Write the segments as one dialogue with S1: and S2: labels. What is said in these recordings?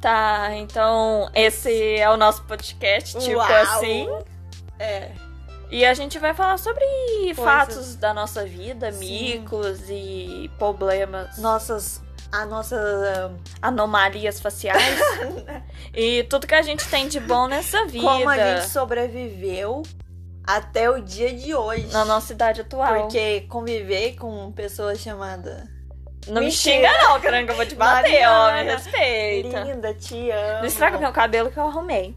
S1: Tá, então esse é o nosso podcast, tipo
S2: Uau!
S1: assim. É. E a gente vai falar sobre fatos da nossa vida,
S2: Sim.
S1: micos e problemas,
S2: Nossas. A nossa.
S1: anomalias faciais. e tudo que a gente tem de bom nessa vida.
S2: Como a gente sobreviveu até o dia de hoje.
S1: Na nossa idade atual.
S2: Porque conviver com pessoas chamadas
S1: Não me
S2: Mentira.
S1: xinga não, caramba, que eu vou te bater, ó. Me
S2: Mariana,
S1: respeita.
S2: Linda, te amo.
S1: Não estraga meu cabelo que eu arrumei.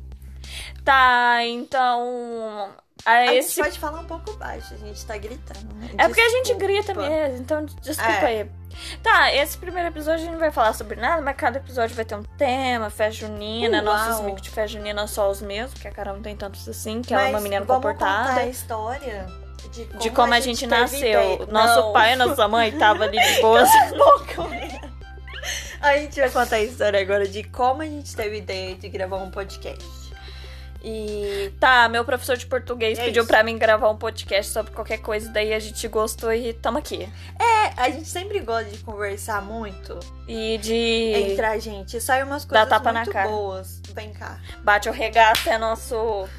S1: Tá, então. A
S2: A
S1: esse...
S2: gente pode falar um pouco baixo, a gente tá gritando. né?
S1: É porque a gente
S2: Desculpa.
S1: grita mesmo, então desculpa
S2: É.
S1: aí. Tá, esse primeiro episódio a gente não vai falar sobre nada, mas cada episódio vai ter um tema, fé junina,
S2: Uau.
S1: nossos amigos de fé junina só os mesmos, porque a Carol não tem tantos assim, que ela é uma
S2: Mas
S1: menina
S2: vamos contar a
S1: comportada.
S2: história de como,
S1: De como a gente
S2: teve
S1: nasceu.
S2: ideia-
S1: Nosso
S2: Não. né?
S1: pai e nossa mãe tava ali de boas.
S2: A gente vai contar a história agora de como a gente teve ideia de gravar um podcast. E
S1: Tá, meu professor de português
S2: É
S1: pediu
S2: isso.
S1: pra mim gravar um podcast sobre qualquer coisa, daí a gente gostou e tamo aqui.
S2: é, a gente sempre gosta de conversar muito
S1: E de
S2: entre a gente. E saem umas coisas
S1: tapa na
S2: muito
S1: cara.
S2: boas. Vem cá.
S1: bate o regaço é nosso.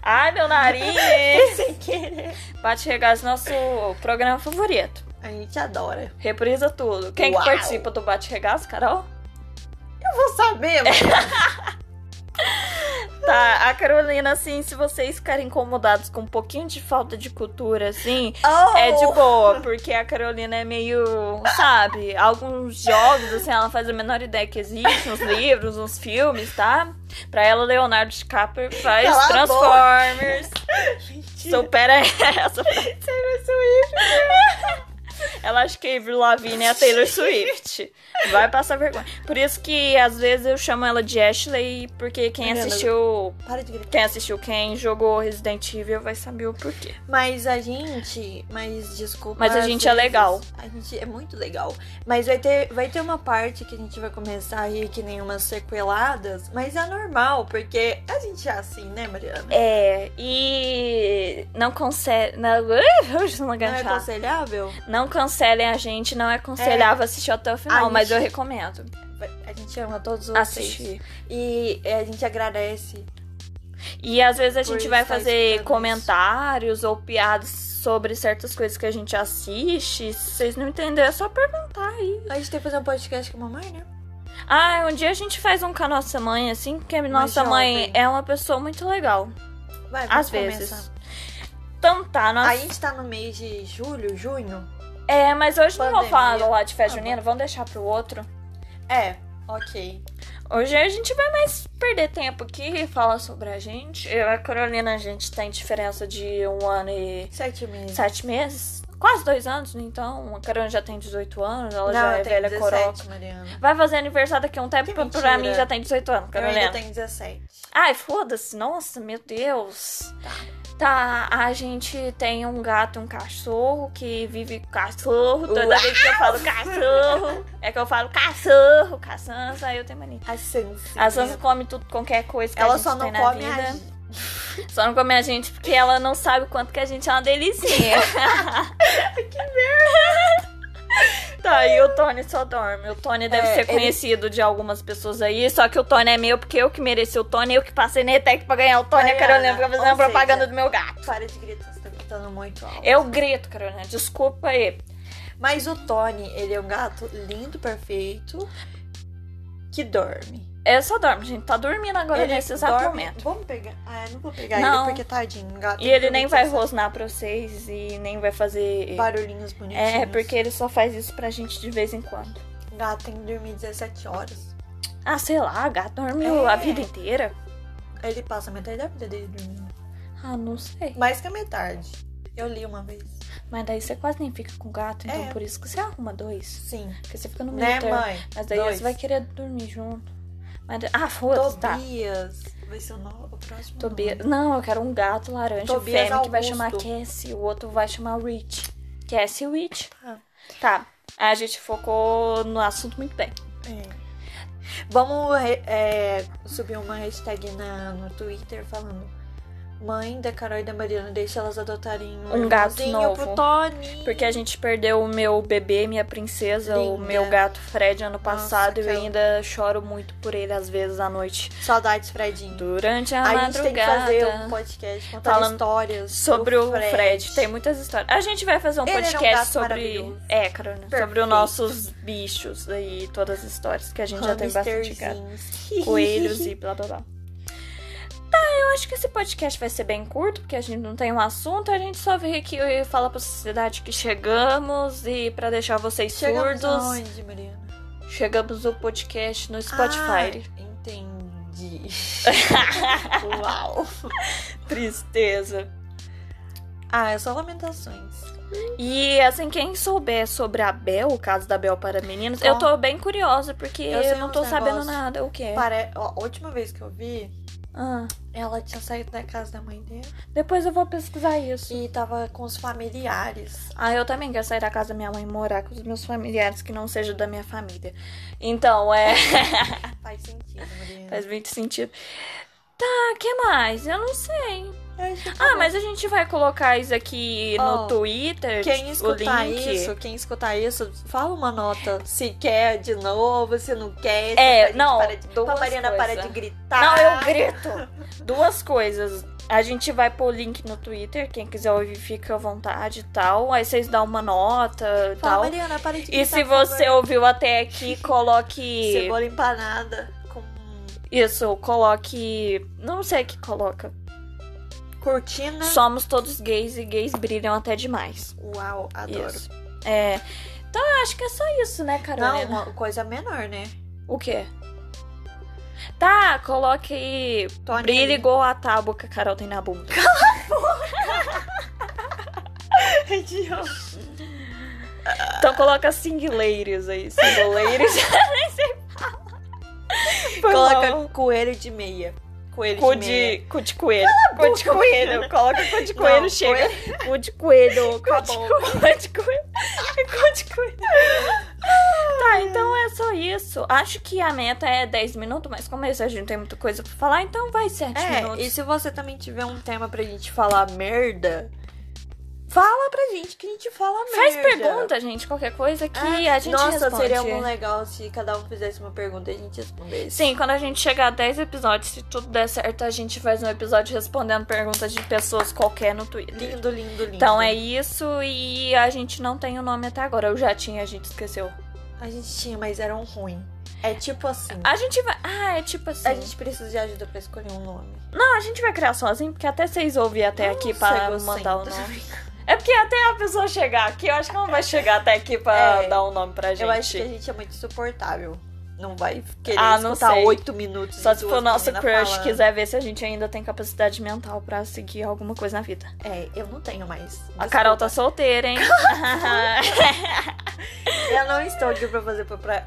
S1: Ai, meu nariz!
S2: Sem querer.
S1: bate o regaço é nosso programa favorito.
S2: A gente adora.
S1: Reprisa tudo. Quem que
S2: Uau.
S1: participa do bate regaço, Carol?
S2: Eu vou saber, mano.
S1: Tá, a Carolina, assim, se vocês ficarem incomodados com um pouquinho de falta de cultura, assim,
S2: Oh!
S1: É de boa, porque a Carolina é meio, sabe, alguns jogos, assim, ela faz a menor ideia que existe, uns livros, uns filmes, tá? Pra ela, Leonardo DiCaprio faz
S2: Cala a
S1: Transformers,
S2: Mentira.
S1: supera essa. Taylor Swift. Ela acha que a Avril Lavigne é a Taylor Swift. Vai passar vergonha. Por isso que, às vezes, eu chamo ela de Ashley, porque quem
S2: Mariana,
S1: assistiu...
S2: Para de gritar.
S1: Quem assistiu, quem jogou Resident Evil vai saber o porquê.
S2: Mas a gente, mas desculpa.
S1: Mas a
S2: às
S1: gente é legal.
S2: A gente é muito legal. Mas vai ter, vai ter uma parte que a gente vai começar a rir que nem umas sequeladas, mas é normal, porque a gente é assim, né, Mariana?
S1: É, e não consegue. Não, não,
S2: Não é
S1: não,
S2: aconselhável?
S1: não cancelem a gente, não é aconselhável assistir até o final,
S2: Ai,
S1: mas eu
S2: gente.
S1: recomendo
S2: A gente ama todos vocês.
S1: assistir.
S2: E é, a gente agradece.
S1: E às vezes a
S2: Por
S1: gente vai
S2: estar
S1: fazer
S2: escutando
S1: comentários ou piadas sobre certas coisas que a gente assiste. Se vocês não entenderem, é só perguntar aí.
S2: A gente tem que fazer um podcast com a mamãe, né?
S1: Ah, um dia a gente faz um com a nossa mãe, assim, porque a nossa mãe
S2: jovem.
S1: é uma pessoa muito legal.
S2: Vai, vamos
S1: Às vezes.
S2: começar.
S1: Então tá, nós.
S2: A gente tá no mês de julho, junho?
S1: É, mas hoje não vou
S2: Pandemia.
S1: falar lá de fé
S2: Tá bom.
S1: junina, vamos deixar pro outro.
S2: É, ok.
S1: Hoje a gente vai mais perder tempo aqui e falar sobre a gente. Eu e a Carolina, a gente tem diferença de um ano e
S2: Sete meses.
S1: sete meses. Quase dois anos, então. A Carolina já tem 18 anos, ela
S2: Não,
S1: já é
S2: eu tenho
S1: velha coroca.
S2: 17, Mariana.
S1: Vai fazer aniversário daqui a um tempo,
S2: Que
S1: pra- pra
S2: mentira.
S1: mim já tem 18 anos,
S2: Eu
S1: Carolina.
S2: ainda tenho 17.
S1: Ai, foda-se, nossa, meu Deus. Tá, a gente tem um gato e um cachorro que vive com cachorro. Toda
S2: Uau!
S1: vez que eu falo cachorro, é que eu falo cachorro, caçança, aí eu tenho mania.
S2: A Sansa.
S1: A Sansa come tudo, qualquer coisa que a
S2: Ela
S1: gente
S2: só não
S1: tem na
S2: come
S1: vida.
S2: a...
S1: Só não come a gente porque ela não sabe o quanto que a gente é uma delicinha. que merda! Tá, e o Tony só dorme. O Tony deve
S2: É,
S1: ser
S2: ele-
S1: conhecido de algumas pessoas aí, só que o Tony é meu porque eu que mereci o Tony, eu que passei na ETEC pra ganhar o Tony, a
S2: Mariana,
S1: Carolina fica
S2: É, ou
S1: fazendo
S2: seja-
S1: propaganda do meu gato.
S2: Para de gritar, você tá gritando muito alto.
S1: Eu grito, Carolina, desculpa aí.
S2: Mas o Tony, ele é um gato lindo, perfeito, que dorme.
S1: É, só dorme, gente. Tá dormindo agora
S2: ele
S1: nesse exato
S2: dorme...
S1: momento.
S2: Vamos pegar... Ah, eu não vou pegar
S1: Não.
S2: ele, porque tadinho, o gato...
S1: E ele nem vai
S2: roubar
S1: rosnar pra vocês e nem vai fazer.
S2: assim. Barulhinhos bonitinhos.
S1: É, porque ele só faz isso pra gente de vez em quando.
S2: O gato tem que dormir 17 horas.
S1: Ah, sei lá, gato dormiu
S2: É.
S1: a vida inteira.
S2: Ele passa metade da vida dele dormindo.
S1: Ah, não sei.
S2: Mais que a metade. Eu li uma vez.
S1: Mas daí você quase nem fica com gato, então
S2: É.
S1: por isso que você arruma dois.
S2: Sim.
S1: Porque você fica no meio
S2: Né,
S1: termo.
S2: mãe?
S1: Mas daí
S2: Dois.
S1: você vai querer dormir junto. Mas da- Ah, foda-se, tá.
S2: Tobias. Vai ser o, no... o próximo
S1: Tobias.
S2: nome.
S1: Não, eu quero um gato laranja
S2: Tobias
S1: fêmea que vai
S2: Augusto.
S1: chamar Cassie. O outro vai chamar Rich. Cassie e Rich.
S2: Ah.
S1: Tá. A gente focou no assunto muito bem.
S2: É. Vamos re- é, subir uma hashtag na, no Twitter falando mãe da Carol e da Mariana deixa elas adotarem um,
S1: Um gato
S2: irmãozinho
S1: novo.
S2: pro Tony.
S1: Porque a gente perdeu o meu bebê, minha princesa, o
S2: Linda.
S1: meu gato Fred ano passado e eu
S2: aquela-
S1: ainda choro muito por ele às vezes à noite.
S2: Saudades, Fredinho.
S1: Durante a,
S2: a
S1: madrugada.
S2: gente tem que fazer um podcast contando
S1: Falando
S2: histórias
S1: Sobre
S2: do
S1: o Fred. tem muitas histórias. A gente vai fazer um
S2: Ele era um
S1: podcast
S2: gato
S1: sobre.
S2: maravilhoso.
S1: É, Carolina. Sobre
S2: Perfeito.
S1: os nossos bichos e todas as histórias, que a gente já tem bastante gato.
S2: Hamsterzinhos.
S1: Coelhos e blá blá blá. Tá, eu acho que esse podcast vai ser bem curto, porque a gente não tem um assunto, a gente só vem aqui e fala pra sociedade que chegamos e pra deixar vocês
S2: Chegamos
S1: surdos.
S2: aonde, Mariana?
S1: Chegamos o podcast no Spotify.
S2: Ah, entendi. Uau.
S1: Tristeza.
S2: Ah, é só lamentações.
S1: E assim, quem souber sobre a Bel, o caso da Bel para meninos,
S2: Ó.
S1: eu tô bem curiosa, porque
S2: Eu
S1: eu,
S2: sei
S1: não
S2: uns
S1: tô sabendo
S2: negócios.
S1: nada. O quê?
S2: Pare... ó, A última vez que eu vi,
S1: Ah,
S2: ela tinha saído da casa da mãe dela
S1: depois eu vou pesquisar isso.
S2: e tava com os familiares.
S1: Ah, eu também quero sair da casa da minha mãe e morar com os meus familiares que não sejam da minha família. Então, é.
S2: Faz sentido, Mariana.
S1: Faz muito sentido. Tá, que mais? Eu não sei.
S2: Eu acho que tá
S1: Ah,
S2: bom.
S1: mas a gente vai colocar isso aqui
S2: Ó,
S1: no Twitter.
S2: Quem escutar
S1: o link.
S2: isso, quem escutar isso, fala uma nota. Se quer de novo, se não quer. se
S1: É,
S2: a gente
S1: não,
S2: Para de, pra
S1: duas
S2: Mariana para
S1: coisas.
S2: de gritar.
S1: Não, eu grito. Duas coisas. A gente vai pôr o link no Twitter, quem quiser ouvir fica à vontade e tal. Aí vocês dão uma nota e
S2: Fala,
S1: tal.
S2: Mariana, para de gritar.
S1: E se
S2: por favor.
S1: você ouviu até aqui, coloque.
S2: Cebola empanada com
S1: Isso, coloque. Não sei o que coloca.
S2: cortina.
S1: Somos todos gays e gays brilham até demais.
S2: Uau, adoro.
S1: Isso. É. Então eu acho que é só isso, né,
S2: Não,
S1: Carolina?
S2: uma coisa menor, né?
S1: O quê? Tá, coloque.
S2: Tony
S1: Brilha igual a tábua que a Carol tem na bunda.
S2: Idiota.
S1: Então coloca singuleiros aí. Singuleiros. Nem sei falar. Foi mal.
S2: Coloca coelho de meia. Coelho
S1: cu
S2: de,
S1: de,
S2: meia.
S1: cu de coelho. Cu de coelho. Coloca cu de coelho,
S2: Não,
S1: chega. Tá Cu de coelho. Cu de
S2: bom.
S1: coelho. Cu de coelho. É Cu de coelho. Tá, então é só isso. Acho que a meta é 10 minutos, mas como esse a gente não tem muita coisa pra falar, então vai 7
S2: É,
S1: minutos.
S2: e se você também tiver um tema pra gente falar merda, fala pra gente que a gente fala merda. É.
S1: Faz pergunta, gente, qualquer coisa que a gente
S2: Nossa,
S1: responde.
S2: seria muito legal se cada um fizesse uma pergunta e a gente respondesse.
S1: Sim, quando a gente chegar a 10 episódios, se tudo der certo, a gente faz um episódio respondendo perguntas de pessoas qualquer no Twitter.
S2: Lindo, lindo, lindo.
S1: Então é isso e a gente não tem o nome até agora. Eu já tinha, a gente esqueceu.
S2: A gente tinha, mas era um ruim. É tipo assim.
S1: A gente vai. Ah, é tipo assim.
S2: A gente precisa de ajuda pra escolher um nome.
S1: Não, a gente vai criar sozinho, porque até vocês ouvir até aqui pra
S2: Cegocento.
S1: mandar o nome. É porque até a pessoa chegar aqui, eu acho que ela não vai chegar até aqui pra
S2: É.
S1: dar o nome pra gente.
S2: Eu acho que a gente é muito insuportável. Não vai querer
S1: Ah, não
S2: escutar
S1: sei.
S2: oito minutos.
S1: Só
S2: de
S1: se for
S2: duas
S1: nosso
S2: meninas
S1: crush
S2: falando.
S1: quiser ver se a gente ainda tem capacidade mental pra seguir alguma coisa na vida.
S2: É, eu não tenho mais.
S1: A Carol tá
S2: Desculpa.
S1: solteira, hein?
S2: Eu não estou aqui pra fazer pra. pra...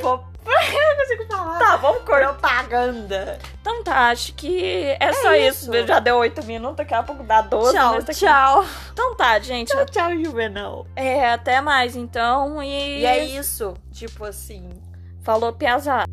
S2: Pop- eu não consigo falar.
S1: tá, vamos cortar.
S2: Propaganda.
S1: Então tá, acho que é, só isso.
S2: isso.
S1: Já deu 8 minutos, daqui a pouco dá 12.
S2: tchau,
S1: mas tá daqui-
S2: tchau.
S1: Então tá, gente.
S2: Tchau, tchau, Juvenal.
S1: É, até mais então. E,
S2: E é isso. Tipo assim.
S1: Falou, Piazada.